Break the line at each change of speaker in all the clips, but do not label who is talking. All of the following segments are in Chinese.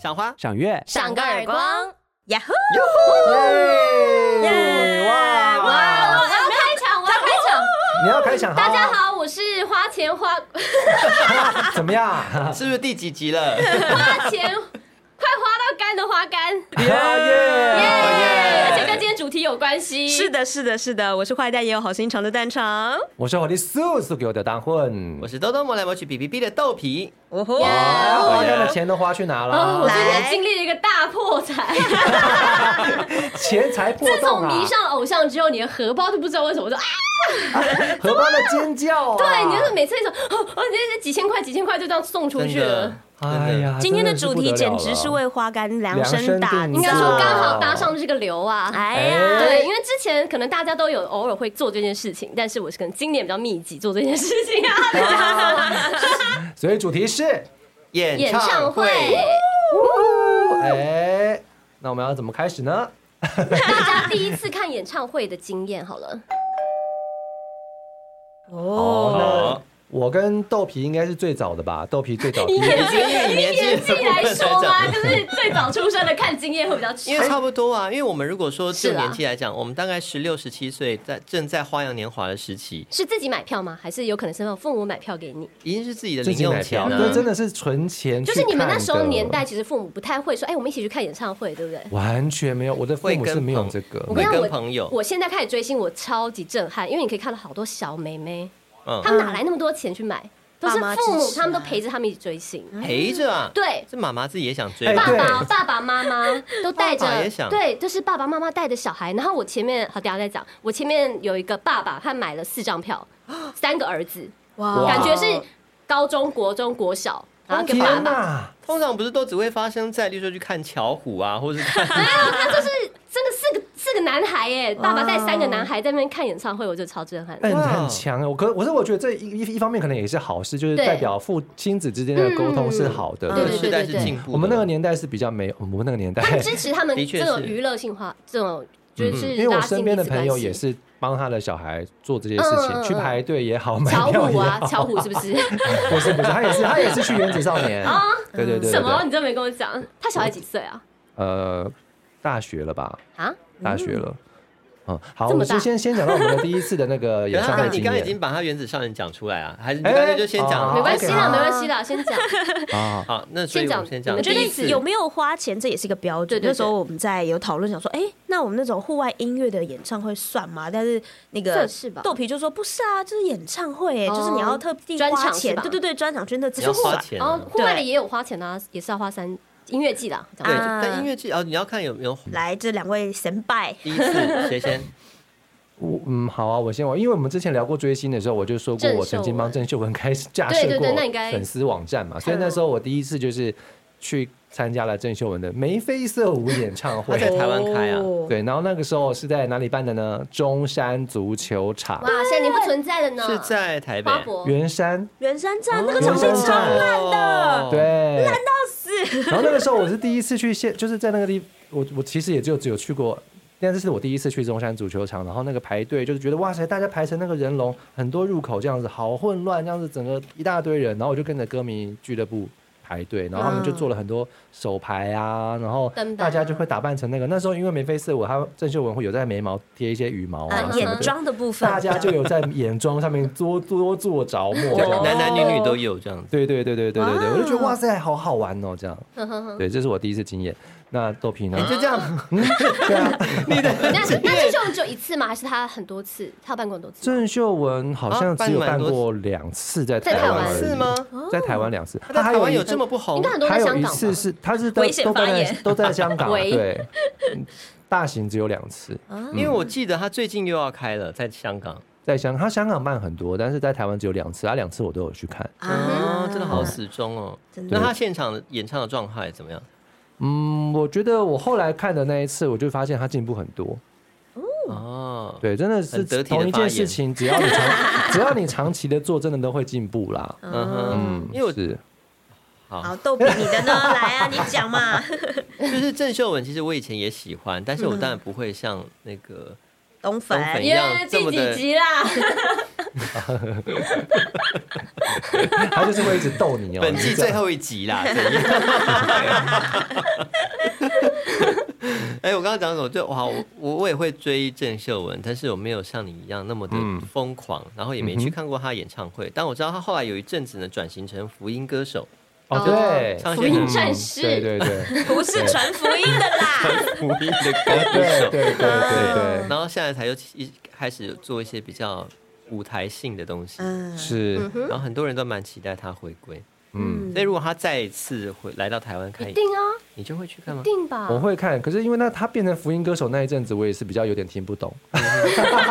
赏花，
赏月，
赏个耳光，呀呼！
耶！
哇
哇！
我要开场，我要开
哦
场。
你要开场，
哦大家，好，我是花钱花
怎么 样？
是不是第几集 了？
花钱，快花到干的花干，
耶耶！
而且跟今天主题有关系。
是，的，是的，是的，我是坏蛋也有好心肠的蛋肠。
我是火力素素给我的当混
哦
我，是兜兜摸来摸去比比比的豆皮，
哦吼！
啊花掉的钱都花去哪
哦，我
了？
最
来
近经历了一个大破 财。
钱财破
自
洞
从
啊
迷！上了偶像之后，你的荷包就不知道为什么 就啊，
荷包的尖叫啊！
对，你就是每次一种哦哦，那那几千块几千块就这样送出
真
去
的
了。，
哎
真的，
呀，
今天的
真
主
是不得
题
了了啊
简直是为花干量身打
量身定制
应
造，
该说刚好搭上这个流啊。
哎
哎
呀，
对，因为之前可能大家都有偶尔会做这件事情，但是我是可能今年比较密集做这件事情
哦
啊。
所以主题是，
演
演唱会，
哎，那我们要怎么开始呢？
大家第一次看演唱会的经验好了，
哦
哦，
那我跟豆皮应该是最早的吧？豆皮最早第一
年纪以年纪
年纪
的部
来
分
说嘛，
讲，
就是最早出生的看经验会比较
因为
深。
差不多啊，因为我们如果说就是
啊
年纪来讲，我们大概十六、十七岁，在正在花样年华的时期，
是自己买票吗？还是有可能是父母买票给你？
已经是自己的
自
零
己
用
买
钱啊
票，
了。
这真的是存钱去
啊就
看的。
是你们那时候年代，其实父母不太会说，哎，我们一起去看演唱会，对不对？
完全没有，我的父
会
母
跟
是没有
朋
这个。
我
会
跟你讲，
跟
我
朋友，
我现在开始追星，我超级震撼，因为你可以看到好多小妹妹，
嗯
她，们哪来那么多钱去买？都是
爸妈支
父母，
持
他们都
啊
陪着他们一起追星。
陪着啊，
对，
这妈妈自己也想追
哎
吧
爸
对
爸、爸爸妈 妈都带着
爸爸也想，
对，就是爸爸妈妈带着小孩。然后我前面好，等一下再讲。我前面有一个爸爸，他买了四张票， 三个儿子，
哇啊
感觉是高中、国中、国小，然后给爸
天
爸。
哪！
通常不是都只会发生在，例如说去看巧虎 啊，或者是看
没有，他就是真的四个四个男孩耶，爸爸带三个男孩在那边看演唱会，我就超震撼。
哎，你
哇
很强啊！我可我是我觉得这一一一方面可能也是好事，就是代
对
表父亲子之间的沟通是好的。
嗯
这
对
个
对
时代是进步的。
我们那个年代是比较没有，我们那个年代
他们支持他们
的确
这
是
种娱乐性化，这种就是
因为我
拉近
身边的
彼此关
朋友
系
也是帮他的小孩做这些事情，
嗯嗯嗯
去排队也好，买
巧
票
虎
也
啊，
好，
巧虎是不 是？
不是不是，他也是他也是去原子少年
啊，
对对对
什
对
么？
对，
你真没跟我讲？他小孩几岁啊？
呃，大学了吧，
啊？
大学了，嗯，好，
这
我
么
们
大
先先先讲到我们的第一次的那 个演唱
等
会
一下你
经
刚刚已
验
经把他原子少年讲出来啊，还是你
哎
干脆就先
哦
讲？
没关系啦，
OK，
没关系啦，先讲。
啊，
好，那所以我
先讲
们先
你
讲
我
们
觉
第一
得
次
有没有花钱，这也是一个标准。
对对对
那时候我们在有讨论，想说，哎、那我们那种户外音乐的演唱会算吗？但是那个
算是吧
豆皮就说不是啊，就是演唱会、哎、
哦
就是你要特地
专
花
场
钱，
是吧
对对对，专场捐特自
你
己
要花
算。
钱
然后
啊？
哦户外的
对
也有花钱啊，也是要花三音乐季啦。这
对，
样
就
啊
但音乐剧哦，你要看有没有
来，这两位神拜，
第一次谁先？
我嗯好啊，我先玩，因为我们之前聊过追星的时候，我就说过
郑
我曾经
秀
帮
文
郑秀文开始架
对
设
对
过
对那应该
粉丝网站嘛，所以那时候我第一次就是去参加了郑秀文的眉飞色舞演唱
他
会。
在台湾开啊，
哦，
对，然后那个时候是在哪里办的呢？中山足球场，
哇，现在已经不存在了呢。
是在台北
花博。
圆山。
圆山站那
哦
个场地
圆山
超
站
烂的，
对，
是
然后那个时候我是第一次去现，就是在那个地，我我其实也就只有去过，但这是我第一次去中山足球场，然后那个排队就是觉得哇塞，大家排成那个人龙，很多入口这样子，好混乱，这样子整个一大堆人，然后我就跟着歌迷俱乐部。排队，然后他们就做了很多手牌啊，然后
灯牌
大
啊
家就会打扮成那个。那时候因为眉飞色舞，他郑秀文会有在眉毛贴一些羽毛啊
呃
嗯
什么
眼
的，
妆的部分，
大家就有在眼妆上面多多做着墨这样子。
男男女女都有这样子。
对对对对对对对，
哇
我就觉得哇塞，好好玩哦，这样。
呵呵呵
对，这是我第一次经验。那豆皮呢
你？就这样，
对啊，
那那这秀只有一次吗？还是他很多次？他有办过很多次？
郑秀文好像只有办过两次在台湾而已，
在台湾
在台湾两次，
在台湾有
一
这么不红
应该？很多
还
在
有
香
一
港吧
次？是他是都
危险
都
发
在
言
都在香港，
喂
对，嗯大型只有两次，
因为我记得他最近又要开了，在香港。
在香他香港办很多，但是在台湾只有两次，啊，两次我都有去看。
啊，真的好死忠哦
嗯真！
的
那他现场演唱的状态怎么样？
嗯，我觉得我后来看的那一次，我就发现他进步很多。
哦，
对，真的是
很得体的
同一件
发
事
言
情，只要你长 只要你长期的做，真的都会进步啦。
嗯哼，
嗯，
因为我
是
好，豆皮你的呢？来啊，你讲嘛。
就是郑秀文，其实我以前也喜欢，但是我当然不会像那个
东
东
粉
粉
耶，第几集啦？
他就是会一直逗你哦。
本
你
季
这
最
样
后一集啦，怎样？哎、我刚刚讲什么？就哇，我我我也会追郑秀文，但是我没有像你一样那么的
嗯
疯狂，然后也没去看过她的演唱会。但我知道她后来有一阵子呢，转型成福音歌手，
哦，对，
唱一
福
些
音
很
嗯
战
对
士，
对对
不是传福音的啦。
福音的歌
对对
手，
对对
嗯
对
然后现在才又一开始做一些比较舞台性的东西。
对，
嗯，
是
嗯，哼，
然后很多人都蛮期待她回归，
嗯，
所以如果她再一次回来到台湾看
一，定啊，
你就会去看吗
一？定吧。
我会看，可是因为那他变成福音歌手那一阵子，我也是比较有点听不懂。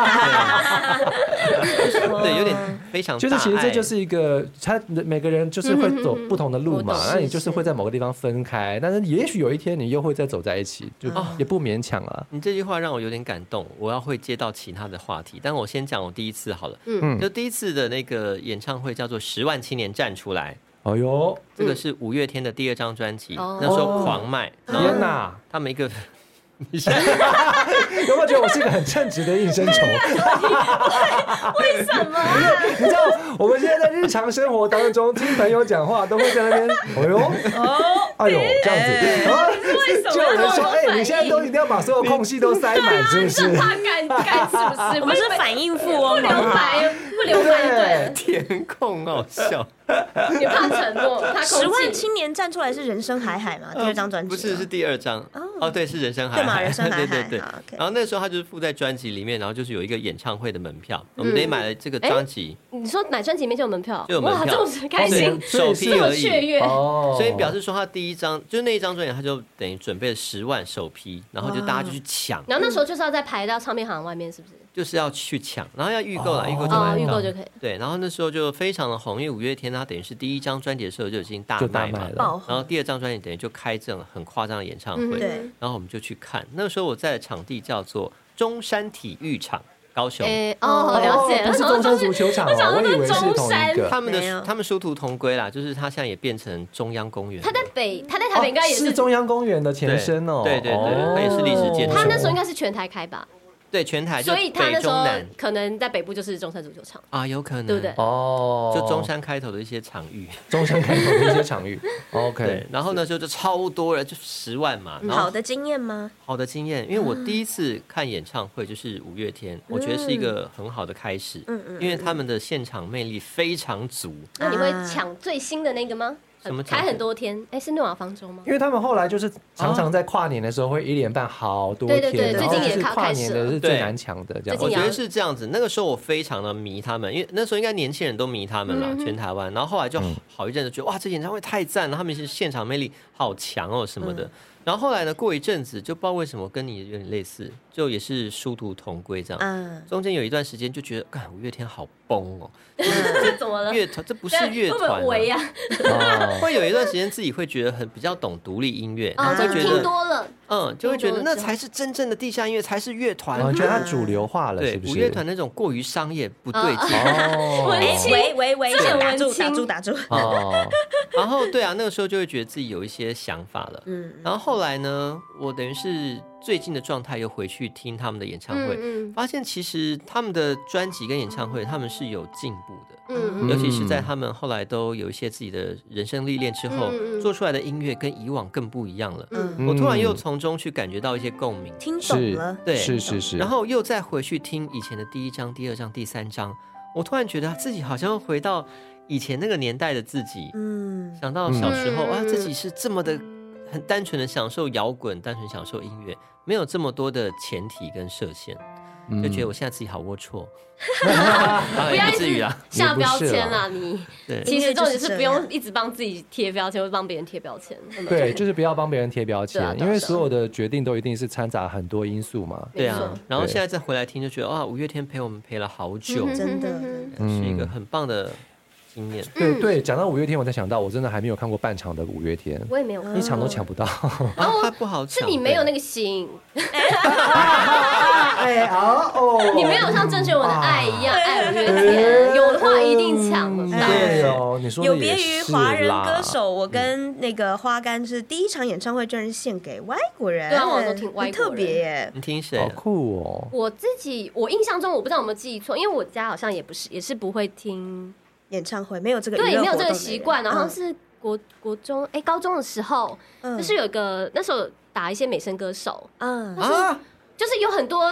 对，有
哦
点非常
就是其实
大
这
爱
就是一个，他每个人就是会走
嗯哼哼
不同的路嘛
我懂，
那你
是
就是会在某个地方分开，但是也许有一天你又会再走在一起，就
嗯
哦
也不勉强啊了。
你这句话让我有点感动，我要会接到其他的话题，但我先讲我第一次好了。
嗯
就第一次的那个演唱会叫做《十万青年站出来》，
哎呦，
这
嗯
个是五月天的第二张专辑，
哦
那时候狂卖，
哦
然后
天哪！
他们一 个。
有没有觉得我是一个很称职的应声虫？为 什么？你知道我们现在在日常生活当中听朋友讲话，都会在那边，哎呦，
哦
哎呦这样子，然后就有人说，哎，你现在都一定要把所有空隙都塞满，是不是？
怕干干是不是？
我们是反应富翁，
不留白，不留白，
填空好笑，
对，你怕承诺，怕空气
十万青年站出来是人生海海嘛？第二张专辑
不是是第二张哦，对，是人生海
对嘛
海，
人生海
对
海
对对
好。，OK
然后那时候他就是附在专辑里面，然后就是有一个演唱会的门票，我
嗯
们得买了这个
哎
专辑，
你说买专辑里面就有门票，
就有门
哇，
票
这么哎开
对
心，
首批
这么
而已，
雀跃，
哦
所以表示说他第一张就是那一张专辑，他就等于准备了十万首批，然后就大家就去抢，
然后那时候就是要在排到唱片行外面，是不是？
就是要去抢，然后要预购了，
哦
预购就
哦，
买
预购
到。
就可以。
对，然后那时候就非常的红，因为五月天他等于是第一张专辑的时候就已经大
就大
卖
卖
嘛，
了。
爆
然后
红，
第二张专辑等于就开这种很夸张的演唱会，
嗯
对，
然后我们就去看。那时候我在的场地叫做中山体育场，高雄。
哎，哦，了解。
不是中山足球场
我想
哦，我
说
以为
是
是同
中山
一个。
他们
没
的
有
他们殊途同归啦，就是他现在也变成中央公园了。
他在北，他在台北应该也
哦是
是，
中央公园的前
对
身哦，
对对对，
哦
它也是历史建筑。
他那时候应该是全台开吧，
对全台，就
所以他
北
那时
中
候
南
可能在北部就是中山足球场。
啊，有可能，
对不对
哦，
就中山开头的一些场域，
中山开头的一些场域，OK，
对，然后那时候就超多人，就十万嘛。然
嗯好
后
的嗯经验吗？
好的经验，因为我第一次看演唱会就是五月天，我觉得是一个很好的开始，
嗯嗯嗯
因为他们的现场魅力非常足，
那你会抢最新的那个吗？
什么抢
开很多天？哎，是诺瓦方舟吗？
因为他们后来就是常常在跨年的时候会一连办好多天，
对对对
然后
最近也
就是
靠
跨
开始
年的是
了
最
对
难抢的这
啊
最近
我
样。
觉
也
得是这样子。那个时候我非常的迷他们，因为那时候应该年轻人都迷他们
嗯
啦，全台湾。然后后来就好一阵子觉得哇，这演唱会太赞了，他们是现场魅力好强哦什么
嗯
的。然后后来呢，过一阵子就不知道为什么跟你有点类似，就也是殊途同归这样。
嗯，
中间有一段时间就觉得，干五月天好崩哦，
这 怎么了？
乐团这不是乐
呃会
团、
不会围
啊。
啊？
哦
会有一段时间自己会觉得很比较懂独立音乐，然
啊，
后
就
会
是
觉
听
得，
多了，
嗯，就会觉
听
得
多
那
了之后
才是真正的地下音乐，才是乐团。
哦，你觉得它主流化了是
对，
不是？
五乐团那种过于商业不对劲。
哦
文青
哎喂喂喂，
这很
打住
文青
打住打住，
哦，
然后对啊，那个时候就会觉得自己有一些想法了。
嗯，
然后后来呢，我等于是最近的状态又回去听他们的演唱会，
嗯嗯
发现其实他们的专辑跟演唱会他们是有进步的。
嗯嗯，
尤其是在他们后来都有一些自己的人生历练之后，
嗯嗯嗯
做出来的音乐跟以往更不一样了。
嗯
嗯
我突然又从中去感觉到一些共鸣，
听懂
是
了，，
对
是是是，
然后又再回去听以前的第一章、第二章、第三章，我突然觉得自己好像又回到以前那个年代的自己，
嗯，
想到小时候
嗯
啊，自己是这么的很单纯的享受摇滚，单纯享受音乐，没有这么多的前提跟设限，就觉得我现在自己好�龌 龊。 当然也不至于啊啦，
下标签啦你。
对。
其实重点是不
音乐就是
用一直帮自己贴标签，会帮别人贴标签。嗯
对，就是不要帮别人贴标
对啊
签，
对啊
因为
对啊嗯
所有的决定都一定是掺杂很多因素嘛。
对
没
啊
错，
然后
对
现在再回来听，就觉得哇，五月天陪我们陪了好久，
嗯嗯哼
真的
嗯哼
是一个很棒的经验。
对对，讲到五月天，我才想到，我真的还没有看过半场的五月天，
我也没有看
一场都抢不到。
啊，它不好抢，
哦是你没有
对
那个心，
哎啊哦，
你没有像郑秀文的爱一样
哎
爱五月天，有的话一定抢
嗯
得到。
对哦，你说的
有别
也
于
是
华人
啦
歌手，我跟那个花干是第一场演唱会，居然是献给外国人，
对啊我都听外国人
很特别耶。
你听谁
好
的？
酷哦。
我自己，我印象中我不知道有没有记错，因为我家好像也不是，也是不会听，
演唱会没有这个娱
对，
乐
没有
活
这
动
个
的
习
人
惯。然后
嗯
是国国中，哎、高中的时候，
嗯
就是有一个那时候打一些美声歌手，
嗯
啊，
就是有很多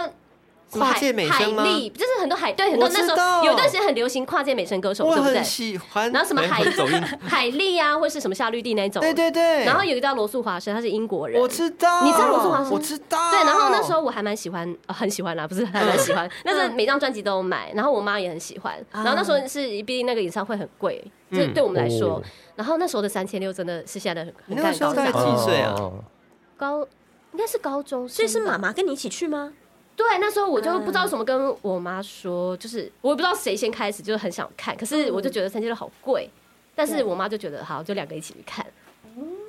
什么海
跨界美
海
声吗
丽，就是很多海对，很多
我知
那时
道
候有一段时间很流行跨界美声歌手，
我
对不对
很？喜欢。
然后什么
哎
海
我走音？
海丽啊，或是什么夏绿蒂那种，
对对对。
然后有一个叫罗素华生，他是英国人，
我知道，
你知道罗素华是吗
我知道。
对，然后那时候我还蛮喜欢，呃很喜欢啦，不是还蛮喜
嗯
欢，但是每张专辑都有买，然后我妈也很喜欢，然后那时
啊
候是毕竟那个演唱会很贵，就是
嗯
对我们来说
哦，
然后那时候的三千六真的是现在的很
你
很
那
尴
个时候
尬
大概
的，
几岁啊
哦
高应该是高中，
所
所
以是妈妈跟你一起去吗？
对，那时候我就不知
嗯
道怎么跟我妈说，就是我也不知道谁先开始，就是很想看，可是我
嗯
就觉得三千六好贵，但是我妈就觉得好，就两个一起去看。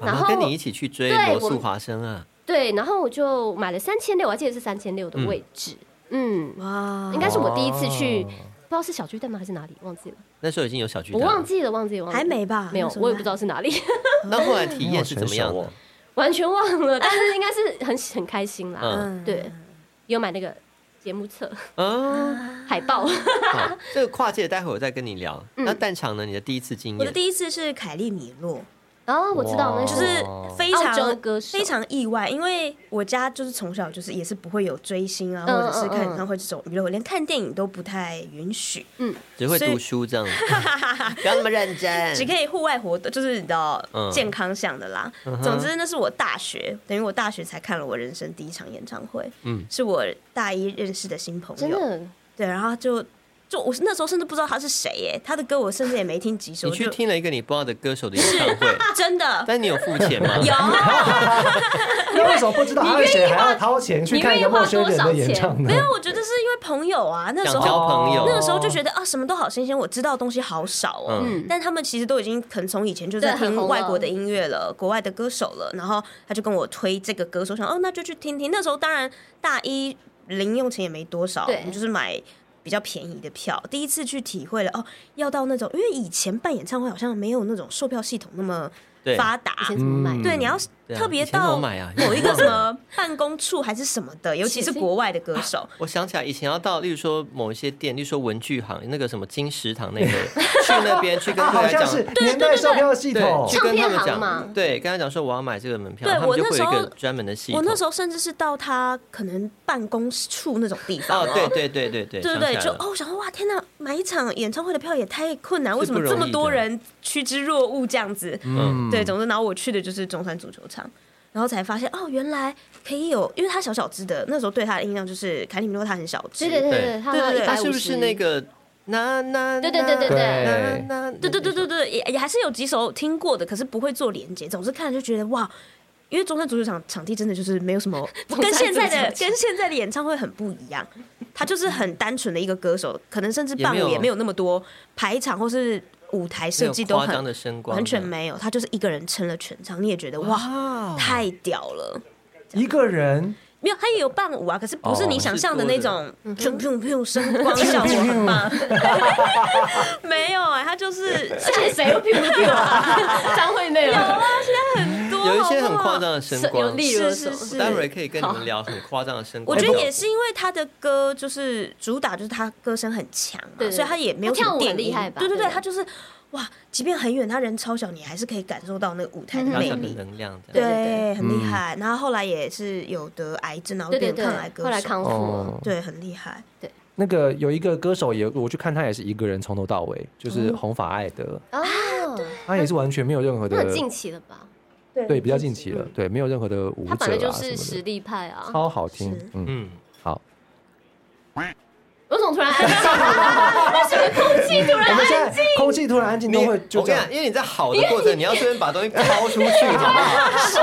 妈妈
然后
跟你一起去追
对
罗
我
素
们
华生啊，
对，然后我就买了三千六，我还记得是三千六的位置，嗯，
哇
应该是我第一次去，
哦
不知道是小巨蛋吗还是哪里，忘记了，
那时候已经有小巨
我
蛋，
忘。记了，忘记了，忘记了
还没吧
没有
那，时候
我也不知道是哪里，
那后来体验是怎么样
好成
的
熟？
完全忘了，但是应该是很 很开心啦。
嗯
对，有买那个节目册
啊，
海报，
好，这个跨界待会我再跟你聊。
嗯
那蛋场呢？你的第一次经
我的
验？
第一次是凯利米洛，
然后我知道那
哇
个
就是非常
哦澳洲歌手
非常意外，因为我家就是从小就是也是不会有追星啊，
嗯
或者是看演唱会这种娱乐，我连看电影都不太允 许，
只会读书这样子，不要那么认真。
只可以户外活动，就是你知道
嗯
健康向的啦。
哼
总之那是我大学，等于我大学才看了我人生第一场演唱会，
嗯
是我大一认识的新朋
真
友，
的
对，然后就就我那时候甚至不知道他是谁耶，他的歌我甚至也没听几首，
你去
就
听了一个你不知道的歌手的演唱 会，
真的
但你有付钱吗？
有。啊
那为什么不知道他是谁，还要掏钱去看一个陌生人的演唱呢
没？有，我觉得是因为朋友啊，那
想
时
交
候
朋友，
那个时候就觉得啊，什么都好新鲜，我知道的东西好少哦。
哦嗯
但他们其实都已经可能从以前就在
对很
听
红
外国的音乐了，国外的歌手了。然后他就跟我推这个歌手，我想哦，那就去听听。那时候当然大一零用钱也没多少，
对
你就是买。比较便宜的票，第一次去体会了哦，要到那种，因为以前办演唱会好像没有那种售票系统那么
对
发达，
以前怎么买？
嗯
对，你要是
对啊
特别
以前怎么
到
买啊
某一个什么办公处还是什么的，尤其是国外的歌手，
我想起来，以前要到，例如说某一些店，例如说文具行，那个什么金石堂那 个，去那边去跟
啊，
对
好
来
像
讲，
是年代售票系统
对，。去跟他
唱
们
片行嘛
讲，对，跟他讲说我要买这个门票，
对
他们
我
就
那
会有一
时候
个专门的系统。
我那时候甚至是到他可能办公处那种地方
哦，对对对对对，
对
想
对
起来
就
了
哦，我想说哇，天哪，买一场演唱会的票也太困难，为什么
不容
这么
易
多
的
人趋之若鹜这样子？
嗯，
对，总之，然后我去的就是中山足球场，然后才发现哦，原来可以有，因为他小小只的，那时候对他的印象就是凯里米洛他很小只，
对对对
对
对，他
对对对
一
他
百
是
五
不
十
是那个那那？
对对对对对
那那
对对对对对，也也还是有几首听过的，可是不会做连接，总是看了就觉得哇。因为中山足球场场地真的就是没有 什么，
中山
跟现在的
足球场
跟现在的演唱会很不一样，他就是很单纯的一个歌手，可能甚至伴
也没
舞
有
也没有那么多排场或是舞台设计都
没有夸张的
很
声光，
完全没有，他就是一个人撑了全场，你也觉得哇
哇，哦
太屌了，
一个人
没有他也有伴舞啊，可是不
哦
是你想象的那种砰砰
嗯
砰声光效果很 棒， 没有哎、他就是
而且谁又屁股屁股啊？ 张惠妹啊，
多
有一些
好
很
不好
夸张的声
是有
光，哦
例如
是是
什么
是
待会儿可以跟你们聊很夸张的声
我
光。哦
觉得也是因为他的歌就是主打就是他歌声很强嘛，
对对对
所以他也没有什么
他跳舞
电
很厉害吧
对对对，
对
他就是哇，即便很远，他人超小，你还是可以感受到那个舞台的
然后
魅
像个
力。
能量这
对，
样。
对对
很厉害。
嗯
然后后来也是有得癌症，然后
对对
变
对，
成抗癌歌手，
后来康复了。
哦，
对，很厉害。
那个有一个歌手也，我去看他也是一个人从头到尾，就是
嗯
红发艾德，
啊
哦，
他也是完全没有任何
那
的
很近期了吧？
对，比较近期了，对，没有任何的舞者
他
啊
本
什
来
么
就是实
的，
力派啊。
超好听
是，
嗯，
嗯，
好，
为什种突然安静？ 为什么空气突
我
然
们
安
现
静？
在空气突然安静都会就
我
这
跟你
样
讲，。因为你在好的过程，你要先把东西抛出去，好不好？
所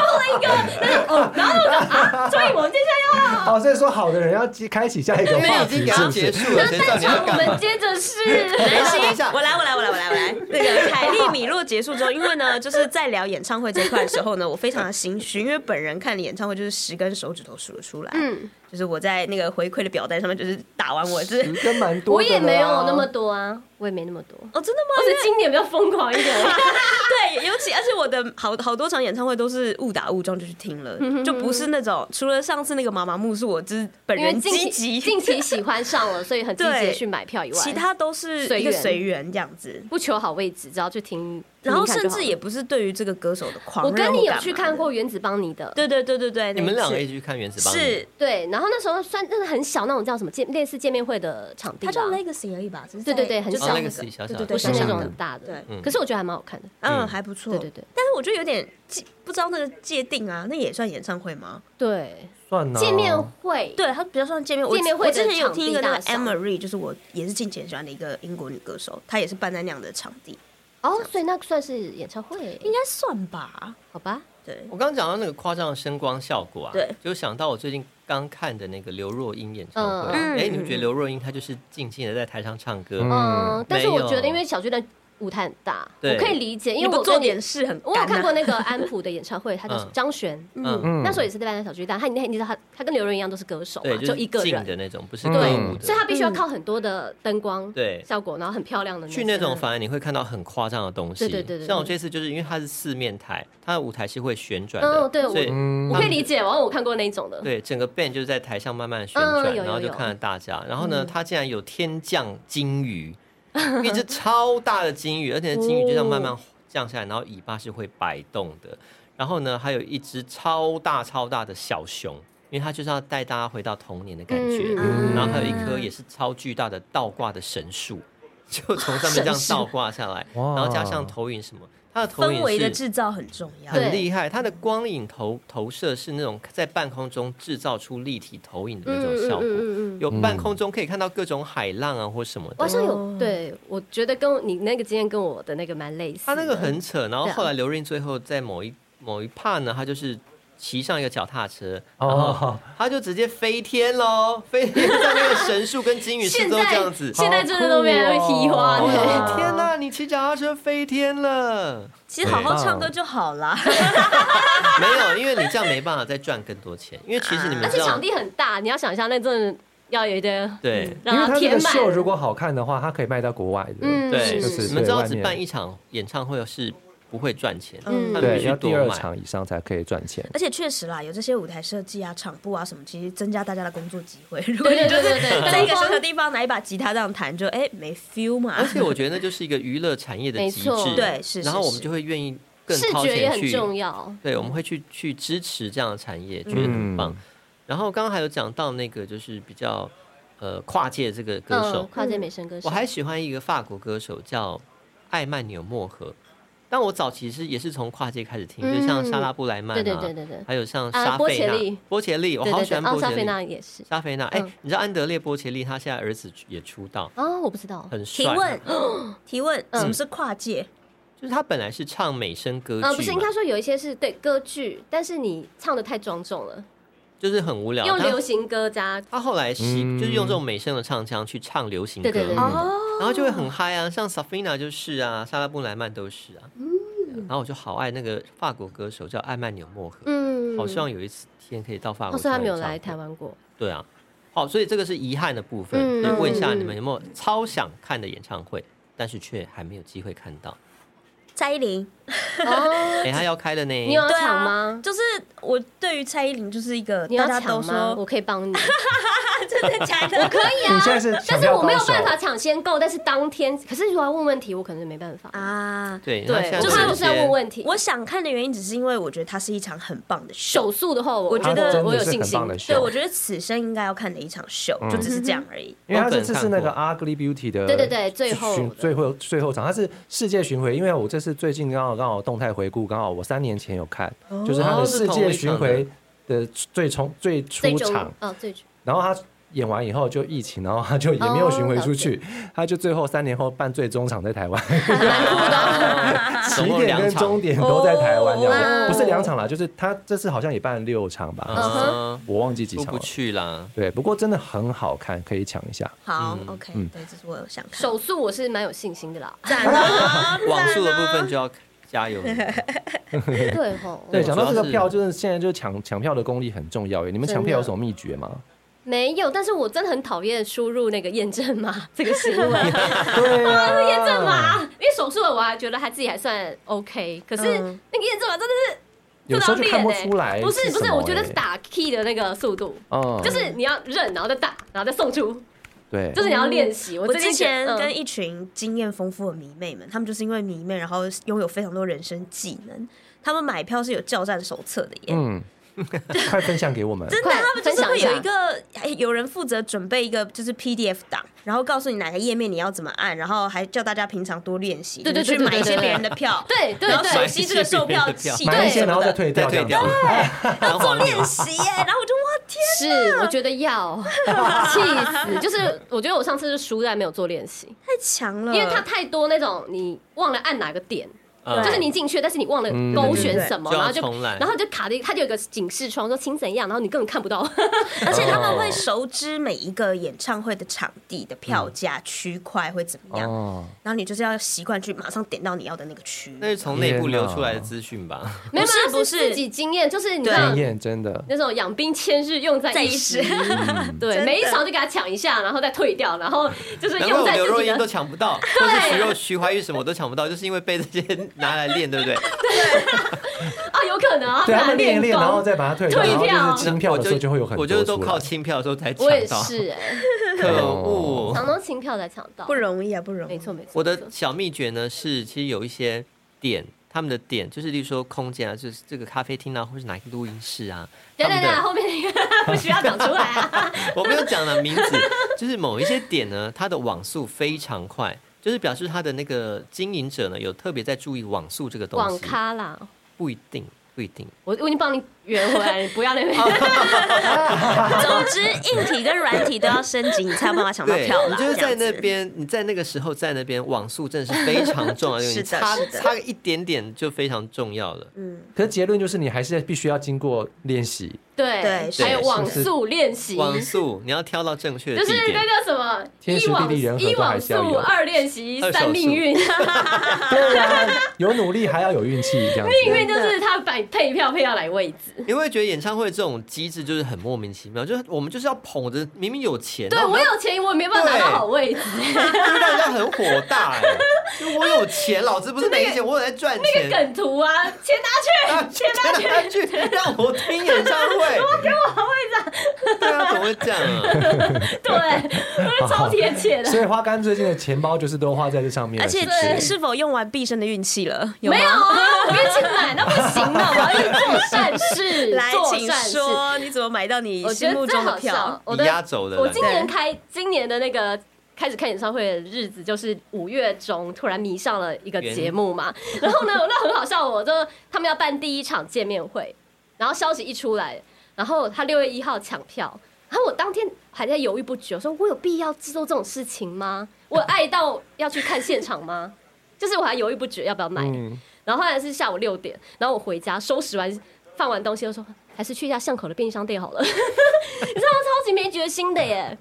以我们接下来要
哦，所以说好的人要激开启下一个
因为
话
已经
题，
给他结
是不是？
束了，谁知道你要
我
干
们
嘛？
接着是
南
等一
希
下，
哎我来，我来，我来，我来，我来。那个凯莉米洛结束之后，因为呢，就是在聊演唱会这一块的时候呢，我非常的心虚，因为本人看演唱会就是十根手指头数得出来。嗯，就是我在那个回馈的表单上面，就是打完我就是
嗯跟蛮多
我
的啦
也没有那么多啊，我也没那么多，
哦，真的
我
吗？
是今年比较疯狂一点。
对，尤其而且我的好好多场演唱会都是误打误撞就去听了，
嗯
就不是那种除了上次那个妈妈木是我之 本
因为
人
近
积
期
极，
近期喜欢上了，所以很积极
对
的去买票以外，
其他都是
随
一个
缘
随缘这样子。
不求好位置，只要去听，
然后
听听看
甚
就好
至
了
也不是对于这个歌手的狂
我
热
跟
或
你有
干
去
嘛
看
的
过，原子邦尼的，
对对对对对，
你
那
们
一
两
次
个一起去看原子邦，
是
对，然后那时候算那是很小那种叫什么见类似见面会的场地吧，
它叫 Legacy 而已吧，只是
对对对
在
很
就
哦
小
在
那
个
个
是小
对
小
对
的，
对
不是
小
那
小的
种大的
对，
嗯
可是我觉得还蛮好看的。
嗯
嗯
还不错，
对对对
但是我就有点记不知道那个界定啊，那也算演唱会吗？
对，
算呢
见面会，
对，它比较算见面。我
见面会
我
的
之前有听一个那个
场地大小
Emery，就是我也是近期很喜欢的一个英国女歌手，她也是办在那样的场地，
哦，所以那算是演唱会，
应该算吧？
好吧？
对，
我刚刚讲到那个夸张的声光效果啊，
对，
就想到我最近刚看的那个刘若英演唱会啊，
嗯
哎，你们觉得刘若英她就是静静的在台上唱歌，
嗯
嗯，但是我
没有
觉得因为小巨蛋舞台很大，
对
我可以理解，因
你
为
不
我
做
跟你
点事很干
我
啊，
有看过 那个安普的演唱会，他就是
嗯
张悬，
嗯，
那时候也是在办在小巨蛋，他你你知道他他跟刘润一样都是歌手嘛
对，，
就一个
静
人，
的那种，不是歌
对
舞的，
所以他必须要靠很多的灯光
对
效果，然后很漂亮的
去那种反而你会看到很夸张的东西。
对对对对
像我这次就是因为它是四面台，它的舞台是会旋转的，
嗯对我
所以
嗯
我可以理解，然后我看过那一种的，
对整个 band 就是在台上慢慢旋
嗯有
转，
有
然后就
有嗯
看着大家。然后呢，它竟然有天降金鱼，一只超大的金鱼，而且金鱼就这样慢
哦
慢降下来，然后尾巴是会摆动的。然后呢，还有一只超大超大的小熊。因为它就是要带大家回到童年的感觉，
嗯嗯
然后还有一棵也是超巨大的倒挂的神树，就从上面这样倒挂下来，
哇
然后加上投影什么，它的投
氛围的
影是
制造很重要。
很厉害，它的光影投投射是那种在半空中制造出立体投影的那种效果，
嗯嗯。
有半空中可以看到各种海浪啊或什么
我
的。
好像
哦
有，对我觉得跟你那个经验跟我的那个蛮类似
它
的。
那个很扯，然后
对啊
后来刘润最后在某一某一 part 呢，他就是骑上一个脚踏车，然后
哦，
他就直接飞天喽，飞天在那个神树跟金鱼四
现
周
在
这样子。
现在真的都变成提花
我
好酷
想
哦
了。
哎天哪！你骑脚踏车飞天了？
其实好好唱歌就好啦。
没有，因为你这样没办法再赚更多钱，因为其实你
而
们知
且
道
场，地很大，你要想一下，那真的要有一点
对，
因为
让
他这
填
个
满。
秀如果好看的话，它可以卖到国外的。
嗯
对，
就是
你们知道
对
只
外面
办一场演唱会是不会赚钱，的，他
嗯
们
对，
必须
要
多
第二
买
场以上才可以赚钱。
而且确实啦，有这些舞台设计啊、场布啊什么，其实增加大家的工作机会。如果
对
你
对
就
对
是
对对，
在一个小小地方拿一把吉他这样弹，就哎、没 feel 嘛。
而且我觉得那就是一个娱乐产业的
没
极
错
致，
对是是
然后我们
是
就会愿意更
视
掏
觉也
钱
很
去，
重要。
对，我们会去去支持这样的产业，觉得
嗯
很棒。然后刚刚还有讲到那个就是比较呃跨界这个歌手
嗯，跨界美声歌手，
我还喜欢一个法国歌手叫艾曼纽莫河。但我早期是也是从跨界开始听，就像
嗯
莎拉布莱曼啊，
对对对对对
还有像
啊
莎
波
菲
切
娜
利、
波切利，我
对
好
对
喜
对，
欢
奥
波
莎
切
菲
利。
娜也是。
莎菲娜，哎、
嗯
你知道安德烈波切利他现在儿子也出道，
哦，我不知道，
很帅。
提问， 提问，
嗯
什么是跨界？
就是他本来是唱美声歌
呃，不
剧
是，
嘛，
应该说有一些是对歌剧，但是你唱的太庄重了，
就是很无聊。
用
他
流行歌加
他后来习、
嗯
就是用这种美声的唱腔去唱流行歌，
对对哦对对
然
对，
后就会很嗨啊，像 Safina 就是啊，莎拉布莱曼都是啊。
嗯
然后我就好爱那个法国歌手叫艾曼纽莫河，
嗯
好希望有一次天可以到法
哦，
国。
所以他没有来台。湾 过，
对啊，好，所以这个是遗憾的部分。
嗯
所以问一下你们有没有超想看的演唱会，但是却还没有机会看 到？
蔡依林，
哦，
哎，他要开了呢。
你有要
对
抢
啊
吗，？
就是我对于蔡依林就是一个
你
大
要
家都
抢吗？我
说
可以帮你，
真的假的，
可以啊。
你现在是抢
但是
票
我没有
高手
办法抢先购，但是当天，可是如果要问问题，我可能就没办法。
啊。
对，他现，
对
在
我
就
怕
是
有
就
一
是要
些
问问题。
我想看的原因只是因为我觉得它是一场很棒的秀
手，速的话，我
我觉得
我我有
啊真的是
信
很
心
棒的。秀
对我觉得此生应该要看的一场秀，
嗯
就只是这样而已。
因为他
我本
这次是
看
那
过
个 Ugly Beauty 的，
对对对最后
巡
的
最后最后场，它是世界巡回。因为我这次最近刚好刚好动态回顾，刚好我三年前有看，就是他
哦
的
是
世
同一
界巡
场的
回的最从最
最
出
终
场，
哦，最终
然后他演完以后就疫情，然后他就也没有巡回出去，他就最后三年后办最终场在台湾，起
总共
点
两
跟
场
终点都在台湾，这样
哦
子不是两场啦，就是他这次好像也办六场吧，
嗯，
我忘记几
出
场
不
了。
去啦。
对，不过真的很好看，可以抢一下。
好，OK，
嗯
对，这是我有想看。
手速我是蛮有信心的啦。
赞啊！
网速的部分就要加 油。
对吼，
对，讲到这
主
个
要是
票，就是现在就是抢抢票的功力很重要耶。你们抢票有什么秘诀吗？
没有，但是我真的很讨厌输入那个验证码 这个行为。
对啊，
验证码，因为手术的我还觉得他自己还算 OK，可是那个
嗯
验证码真的是
有
不
时候
到
就看不
脸
出来
哎，不是不
什
是，
么欸
我觉得
耶
是，打 key 的那个速度，
嗯
就是你要认，然后再打，然后再送出，
对，
就是你要练习。 我
我
最
之
近觉
前
得嗯
跟一群经验丰富的迷妹们，她们就是因为迷妹，然后拥有非常多人生技能。她们买票是有教战手册的耶，
嗯，快分享给我们。
真的，
快
他们就
分
是
享
会
一下
有一个哎有人负责准备一个就是 PDF 档，然后告诉你哪个页面你要怎么按，然后还叫大家平常多练习，
对对
就是
对对
去买一
对
些
对
别人的票，
对对
然后熟
对，
悉这个售票系
买一
统
些，
什
然后
么
再
的，
退
再
掉，这
退
样子
掉，
要做 练习 耶。然后我就哇天，
是我觉得要气死，就是我觉得我上次是输在没有做练习，
太强了，
因为它太多那种你忘了按哪个点。
嗯
就是你进去，但是你忘了
嗯
勾选什么，
对对对
然后
就要重来
然后就卡的，它就有一个警示窗说请怎样，然后你根本看不到。
而且他们会熟知每一个演唱会的场地的票价、区块会怎么样，
哦，
然后你就是要习惯去马上点到你要的那个区。
那是从内部流出来的资讯吧？
没有，
不是
它
不
是
是
自己经验，就是你知道
经验真的，
那种养兵千日，用在
在
一
一
时
时。真
对，
的
每一场就给他抢一下，然后再退掉，然后就是
难怪
用
我
在
刘
自
若
己
英都
的。
抢不 到，或是徐若徐怀钰什么我都抢不到， 就是因为被这些拿来练，对 不对？
啊，有可能啊，
对他们练一练，
功
然后再把它退掉，
退
然后
票
就是清票的时候就会有很多
我就是都
出来
靠清票的时候才抢
我也
到，
是哎，
可恶。
常常清票才抢到
不，容易啊，不容易。
没错没错。
我
没
的
错
小秘诀呢是，其实有一些点，他们的点就是，例如说空间啊，就是这个咖啡厅啊，或是哪一个录音室啊，
等
他们
等等，
的
后面那个 不需要讲出来啊。
我没有讲了名字， 就是某一些点呢，它的网速非常快，就是表示它的那个经营者呢有特别在注意网速这个东
网
西，
咖啦，
不一定，不一定。
我我已经帮你圆回来，你不要那边。
哦
总之，硬体跟软体都要升级，你才有办法抢到
对
票，
你
啦。
就是在
这
那
样子，
边，你在那个时候在那边，网速真的是非常 重要，因为你
是的
差
是的
差个一点点就非常重要了。
嗯
可是结论就是，你还是必须要经过 练习，
对
对，
还有
是
网
是
速练习，
网速你要挑到正确的
就
地
是
点
那，个什么
天时
一
地
网
利人和
一
都还
网
是要有
速二练习
二手
三命
速
运。
对啊，有努力还要有运气，这样
因
子。
为就是他摆配票配到来位置。
你会觉得演唱会这种机制就是很莫名其妙，就是我们就是要捧着明明有钱，
对
然后
我有钱，我也没办法拿到好位置。
就让人家很火大哎、就我有钱，老子不是没钱，我有在赚钱。
梗图啊，钱拿
啊
去，钱拿去。
去让我听演唱会，给我位 置。对啊，怎么会这样啊？
对，我是超贴切的。
所以花干最近的钱包就是都花在这上面了，
而且
是不是
是是否用完毕生的运气了？有吗
没有？啊，我运气买那不行的，我要去做善 事，
来，
做
请
善事。
说你怎么买到你
我觉
心
得
目
最
中的
好
票
笑？，我
你压
的
轴的
我
来，
今年开今年的那个。开始看演唱会的日子就是五月中，突然迷上了一个节目嘛。 然后呢，那很好笑，我就他们要办第一场见面会，然后消息一出来，然后他六月一号抢票，然后我当天还在犹豫不决，我说我有必要做这种事情吗？我有爱到要去看现场吗？就是我还犹豫不决要不要买。
嗯，
然后后来是下午六点，然后我回家收拾完放完东西，就说还是去一下巷口的便利商店好了。 你知道我超级没决心的耶，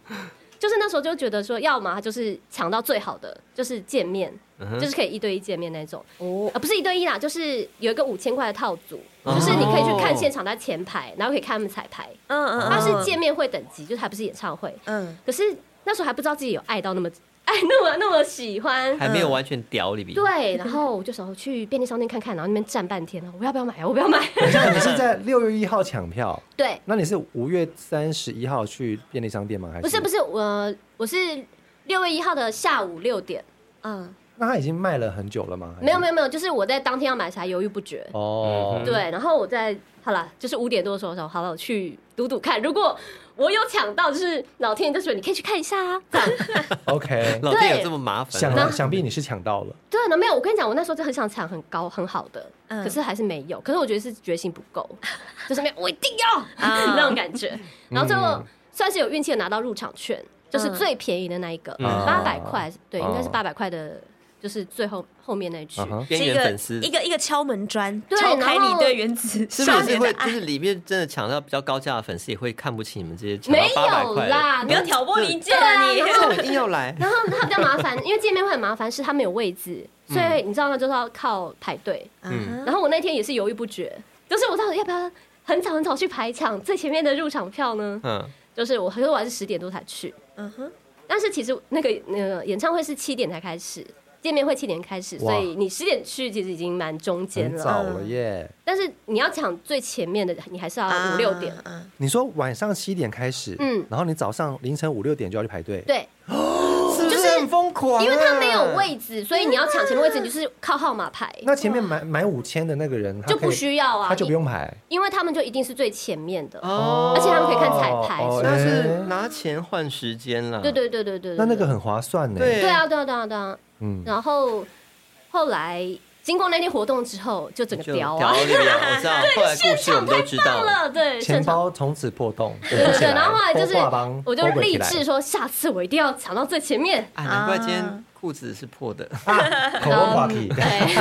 就是那时候就觉得说，要么就是抢到最好的，就是见面，就是可以一对一见面那种。哦、不是一对一啦，就是有一个五千块的套组，就是你可以去看现场在前排，然后可以看他们彩排。
嗯嗯
它是见面会等级，就是还不是演唱会。
嗯，
可是那时候还不知道自己有爱到那么爱那么那么喜欢，
还没有完全屌你。
对，然后我就想说去便利商店看看，然后那边站半天，我要不要买啊？我不 要买。
等一下，你是在六月一号抢票，
对，
那你是五月三十一号去便利商店吗？还是
不是不
是？
是，我我是六月一号的下午六点，
嗯，
那他已经卖了很久了吗？
没有没
有。
有没有，就是我在当天要买才犹豫不决。
哦，
嗯
对，然后我在好了，就是五点多的时候，我想好了，我去赌赌看，如果我有抢到，就是老天爷就说你可以去看一下啊，这 样。
OK，
老天有这么麻烦
想
啊？
想必你是抢到了，
对，那没有，我跟你讲，我那时候就很想抢很高很好的，
嗯
可是还是没 有。可是我觉得是决心不够，就是没有，我一定要、
啊
那种感觉。然后最后算是有运气地拿到入场券，就是最便宜的那一个，
嗯
八百块，对，
哦
应该是八百块的，就是最后后面那一区
嗯。哼
边
是一
缘
个
粉丝
一个一个敲门砖，
对
敲开
然
你
后
对原子
是
少
不是
年的
会就
爱。
是里面真的抢到比较高价的粉丝也会看不起你们这些抢
没
到八百
有
块的？
啦，
不要挑拨离间啊你！
这种一定要来，
然后它比较麻烦，因为见面会很麻烦，是它没有位置，所以你知道吗？就是要靠排队。
嗯
然后我那天也是犹豫不决，就是我到底要不要很早很早去排抢最前面的入场票呢？
嗯，
就是我，可是我还是十点多才去。
嗯哼，
但是其实那个那个演唱会是七点才开始，见面会七点开始，
哇
所以你十点去其实已经蛮中间
很
了。
早了耶。
但是你要抢最前面的，你还是要五六点。
啊，啊
你说晚上七点开始，
嗯
然后你早上凌晨五六点就要去排队，
对，
是不是很疯狂啊？
因为他没有位置，所以你要抢前面位置，你就是靠号码排，
那前面买买五千的那个人，他
就
可以
不需要啊，
他就不用排，
因为他们就一定是最前面的。
哦
而且他们可以看彩排
哦
是
那是
哎
拿钱换时间啦。
对对对对对，对
那那个很划算呢。
对
对啊对啊对啊对啊。
嗯，
然后后来经过那天活动之后，就整个
就
飙
屌
啊，
了一样我知 道。后来故事我们都知道了。
了对，
钱
现场
包从此破洞，对
对对对，然后后来就是我就立
励
志
志，
说，下次我一定要抢到最前面。
啊，难怪今天裤子是破的。
啊
口红话题，
对，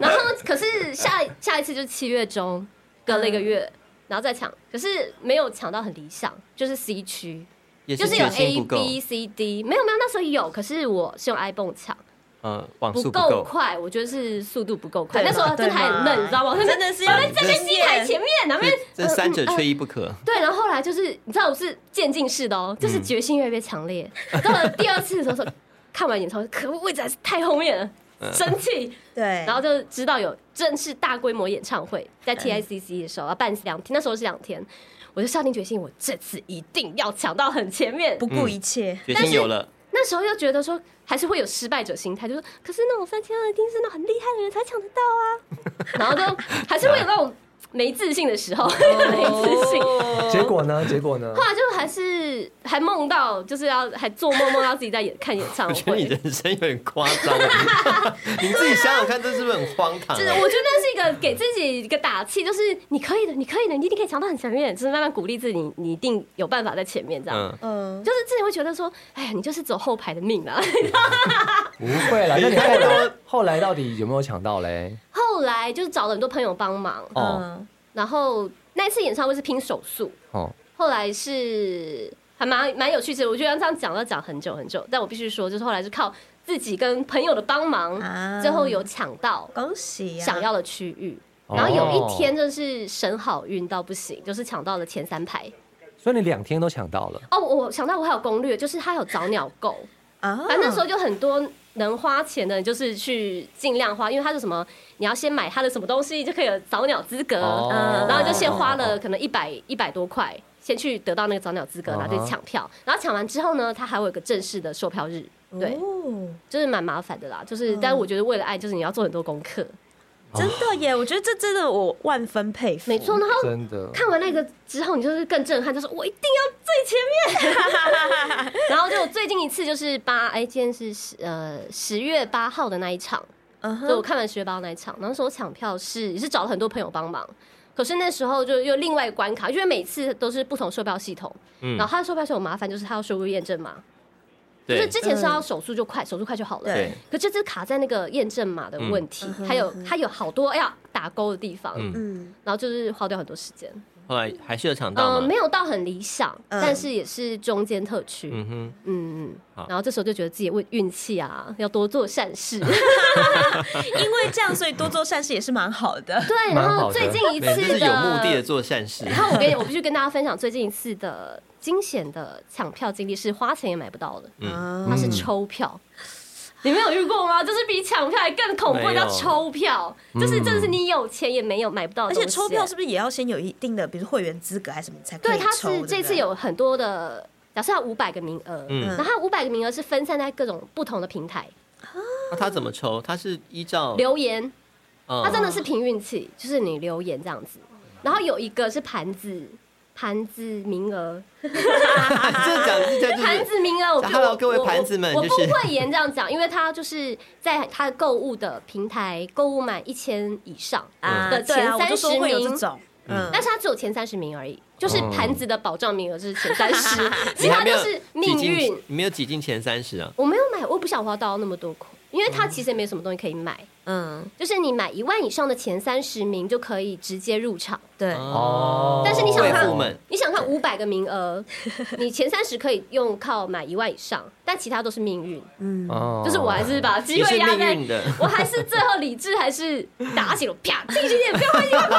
然后可是下下一次就是七月中，隔了一个月，然后再抢，可是没有抢到很理想，就是 C 区，
也
就是有
决心
A
不够
B C D，没有没有，那时候有，可是我是用 iPhone 抢，
嗯，网速
不
不
够
够，
快，我觉得是速度不够快，
对
那
嘛
时候真的还很
对
嫩，
嘛
你知道吗？
真的是要
在在机台前面，呃然后面
这三
嗯
者缺一不可。
对，然后后来就是你知道我是渐进式的哦，就是决心越来越强烈。到了第二次的时候，说看完演唱会，可恶，位置还是太后面了，生气。
对，
然后就知道有正式大规模演唱会，在 TICC 的时候要办两天，那时候是两天，我就下定决心，我这次一定要抢到很前面
不。顾一切，
决心有了，
那时候又觉得说，还是会有失败者心态，就说，可是那种三千二一定是那种很厉害的人才抢得到啊。然后就还是会有那种没自信的时候， 没自信。
结
嗯
果呢？结果呢
后？来就还是还梦到，就是要还做梦梦到自己在演看演 唱
我觉得你
会，
人生有点夸张，啊
哦
你自己想想看，这是不是很荒唐啊？
就是我觉得那是一个给自己一个打气，就是你可以的，你可以的，你一定可以抢到很前面，就是慢慢鼓励自己，你你一定有办法在前面这样。
嗯，
嗯，
就是自己会觉得说，哎呀，你就是走后排的命啦。
不会啦，那你后来后来到底有没有抢到嘞？
后来就是找了很多朋友帮忙，
哦
嗯
然后那一次演唱会是拼手速，
哦，
后来是还蛮蛮有趣的。我觉得这样讲要讲很久很久，但我必须说，就是后来是靠自己跟朋友的帮忙，
啊
最后有抢到
恭喜啊，
想要的区域。
哦
然后有一天，真的是神好运到不行，就是抢到了前三排。
所以你两天都抢到了，
哦，我我想到我还有攻略，就是他有早鸟购，
啊，
反正那时候就很多能花钱的，就是去尽量花，因为他是什么，你要先买他的什么东西就可以有早鸟资格，
哦
嗯然后就先花了可能一百一百多块，先去得到那个早鸟资格，
嗯哼
然后再抢票。然后抢完之后呢，他还会有个正式的售票日，对，
哦
就是蛮麻烦的啦。就是，
嗯
但我觉得为了爱，就是你要做很多功课，
真的耶，我觉得这真的我万分佩服，
哦没错。然后
真的。
看完那个之后，你就是更震撼，就是我一定要最前面。 然后就我最近一次就是八，哎，今天是十呃十月八号的那一场，
嗯
所以我
哼，
看完十月八号那一场，然后那时候抢票是也是找了很多朋友帮忙。可是那时候就又另外关卡，因为每次都是不同售票系统，
嗯
然后他的售票系统有麻烦就是他要输入验证码，就
对
是之前是要手速就快，手速快就好了，
对，
可这次卡在那个验证码的问题
嗯嗯嗯，哼
还有
嗯哼
它有好多要打勾的地方，
嗯，
嗯，
然后就是花掉很多时间。
后来还是有抢到
呃，
嘛
没。有到很理想，
嗯
但是也是中间特区。嗯
嗯哼，
嗯
好
然后这时候就觉得自己运运 气啊，要多做善事。
因为这样，所以多做善事也是蛮好的。
对，
蛮好的
然后最近一
每次
次
是有目的的。做善事。
然后我跟你，我必须跟大家分享最近一次的惊险的抢票经历，是花钱也买不到的，
啊
嗯
它是抽票。你没有遇过吗？就是比抢票还更恐怖，
没有嗯
叫抽票，就是真的是你有钱也没有买不到的
而
东
且
西。
抽票是不是也要先有一定的，比如说会员资格还是什么才可
对，
以
它
抽？对
是
不对
这次，有很多的，假设要五百个名额，
嗯
然后它五百个名额是分散在各种不同的平台，
那他怎么抽？他是依照
留言，
嗯
它真的是凭运气，就是你留言这样子。然后有一个是盘子，盘子名额，
这讲这讲
盘
就是
子名额，我
Hello，
我
各位
我
盘子们
我
就
不
是
会言这样讲，因为它就是在它的购物的平台购物满一千以上
啊
的
对
前
啊，我
三
就
十
说会有这
名，
种，嗯，
但是他只有前三十名而已，就是
哦
盘子的保障名额是前三 十，其
你还
他
没
就
有
是
挤
命
进
运。，
你没有挤进前三十啊？
我没有买，我不想花到那么多口，因为它其实也没什么东西可以买，
嗯，
就是你买一万以上的前三十名就可以直接入场。
对，
哦
但是你想
贵
看
妇们，
你想看五百个名额，你前三十可以用靠买一万以上，但其他都是命运，
嗯，
哦
就是我还是把
你
机
是
会压
命
在
运的，
我还是最后理智还是打起了啪，进去点不要花一万块，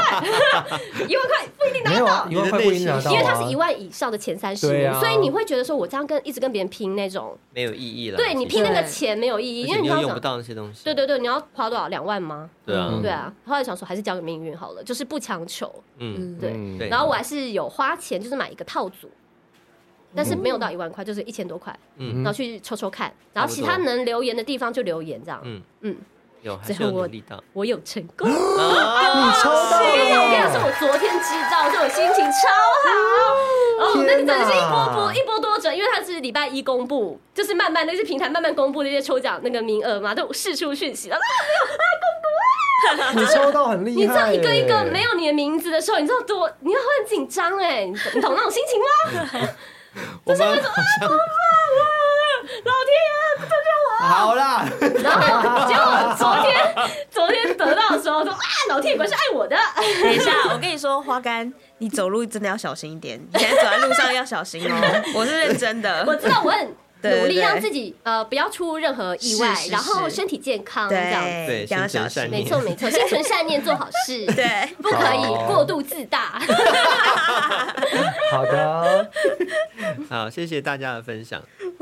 一万块不一定拿
没
得
有
到
啊，一。万块不一定拿到、啊，
因为它是一万以上的前三十
对
名，
啊
所以你会觉得说，我这样跟一直跟别人拼那种，
没有意义了。
对你
其实
拼那个钱没有意义，
而
因
且
为
你
你
又
要
用不
想，
到那些东西。
对对对，你要花多少？两万吗？
对啊
嗯，
对啊，后来想说还是交给命运好了，就是不强求。
嗯，
对
嗯
对
然后我还是有花钱，就是买一个套组，
嗯
但是没有到一万块，就是一千多块，
嗯
然后去抽抽看，然后其他能留言的地方就留言这样。
嗯
嗯，
有还
最
是
后
有
我
努力到。
我有成功，
啊
你抽到
因为我跟你
了哦
讲，是我昨天知道，所以我心情超好。哦，那
天
个真
哪
的是一波波一波多折，因为它是礼拜一公布，就是慢慢那些平台慢慢公布那些抽奖那个名额嘛，都有释出讯息啊了。啊
你抽到很厉害、
你知道一个一个没
有？
有你的名字的时候，你知道多，你要很紧张哎，你懂你懂那种心情吗？
我们
啊
好像
老天啊爷，
好啦，
然后结果昨天昨天得到的时候说啊，老天爷果然是爱我的，
等一下，我跟你说，花干，你走路真的要小心一点，你现在走在路上要小心哦，我是认真 的。
我知道我很。
对对
努力
对
让自己呃不要出任何意外，
是是
然后
是
身体健康这样子。
对，
对
一定要
心存
小
善
心。
念
没错没错，心存善念，做好事，
对，，
不可以
好
过度自大。
好 的，
好，谢谢大家的分享。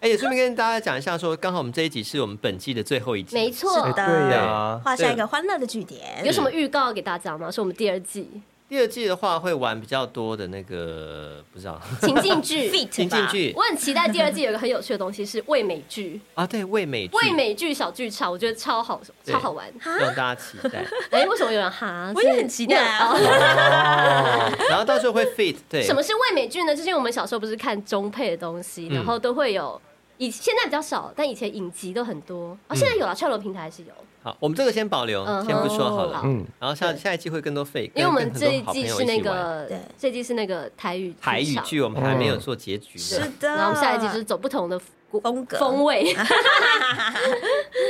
哎，也顺便跟大家讲一下，说刚好我们这一集是我们本季的最后一集，
没错
哎，
的
对呀，
画下一个欢乐的句点
有。什么预告给大家吗？是我们第二 季
第二季的话会玩比较多的那个，不知 道
情境剧。
fit
情境剧
我很期待第二季有一个很有趣的东西是味美剧，
啊，对，味美剧，
味美剧小剧场，我觉得超好，超好玩。
让大家期待。
哎，为什么有人 哈？
我也很期待啊
是哦
哦，
然后到时候会 fit，对，
什么是味美剧呢？就是因为我们小时候不是看中配的东西，
嗯
然后都会有。以现在比较少，但以前影集都很多。
嗯
哦，现在有了，串流平台是有，
好，我们这个先保留，
嗯
先不说好了
好。
嗯，
然后下
对
下一季会更多 fake，
因为我们
跟
这一季是
跟
那
很多好朋友一起玩
个
对，
这一季是那个台语
台语
场嗯
剧，我们还没有做结局
是
呢，
的，
然后我们下一集就是走不同的风
风格
风 味。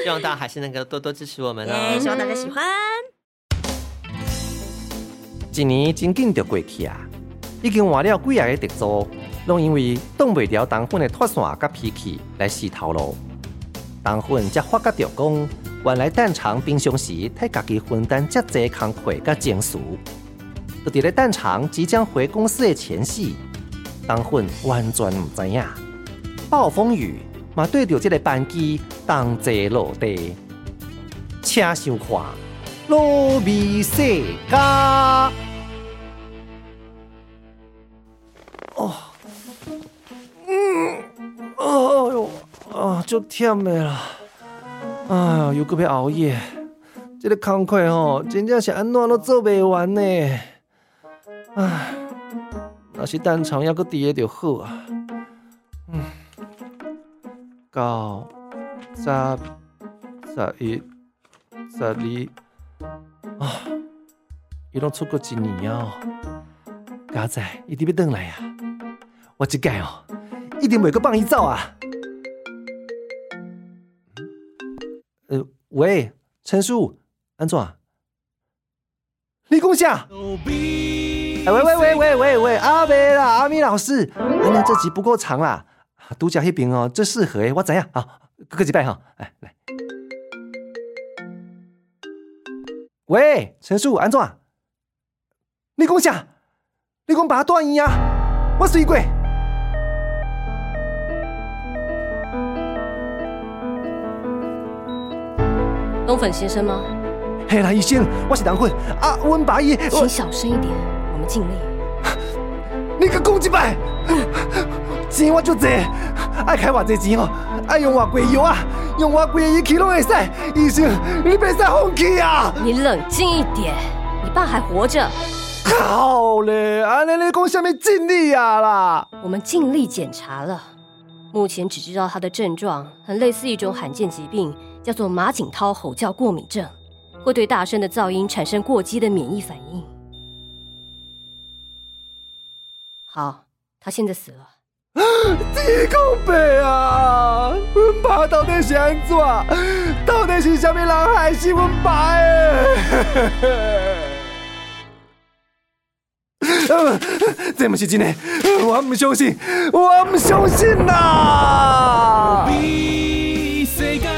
希望大家还是能够多多支持我们
耶，哎
嗯
希
哦。
望大家喜欢。
一年真紧就过去啊，已经换了几啊个特助，拢因为挡袂牢冬粉的脱线甲脾气来死头路。冬粉才发觉着讲，原来蛋肠平常时替家己分担遮济工课甲情绪，就伫咧蛋肠即将回公司的前夕，冬粉完全毋知影，暴风雨嘛对着即个班机同齐落地，请收看《罗密世家》。
哦哟，啊，足忝的啦，啊，又搁要熬夜，这个工课吼，真正是安怎都做袂完呢。唉，若是蛋肠还搁伫诶就好啊。嗯，九、十、十一、十二，啊，伊拢出国一年啊、哦，家仔一定要转来啊，我即届哦。一定袂个放伊走啊！呃，喂，陈叔，安啊怎？你讲啥？哎喂喂喂喂喂喂，阿伯啦，阿咪老师，安尼这集不够长啦，独角迄边哦，最适合诶，我知影啊，过一摆吼，哎来。喂，陈叔，安怎？啊你讲啥？你讲把他断伊啊？我水过。
东粉先生吗？
嘿啦，医生，我是人粉啊，阮爸伊，我
请小声一点，我们尽力。
你去讲一摆，钱我足济，爱开偌济钱哦，爱用偌贵药啊，用偌贵仪器拢会使，医生，你袂使放弃啊！
你冷静一点，你爸还活着，
靠咧，安尼你讲啥物尽力啊啦？
我们尽力检查了，目前只知道他的症状很类似一种罕见疾病，叫做马景涛吼叫过敏症。会对大声的噪音产生过激的免疫反应。好，他现在死了。
天公伯啊，阮爸到底是安怎？到底是啥物人害死阮爸的？这不是真的，我唔相信，我唔相信呐、
美世界，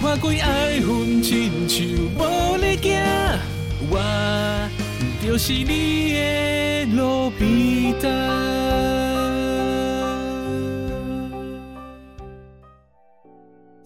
看见爱恨亲像无日行，我就是你的路边摊。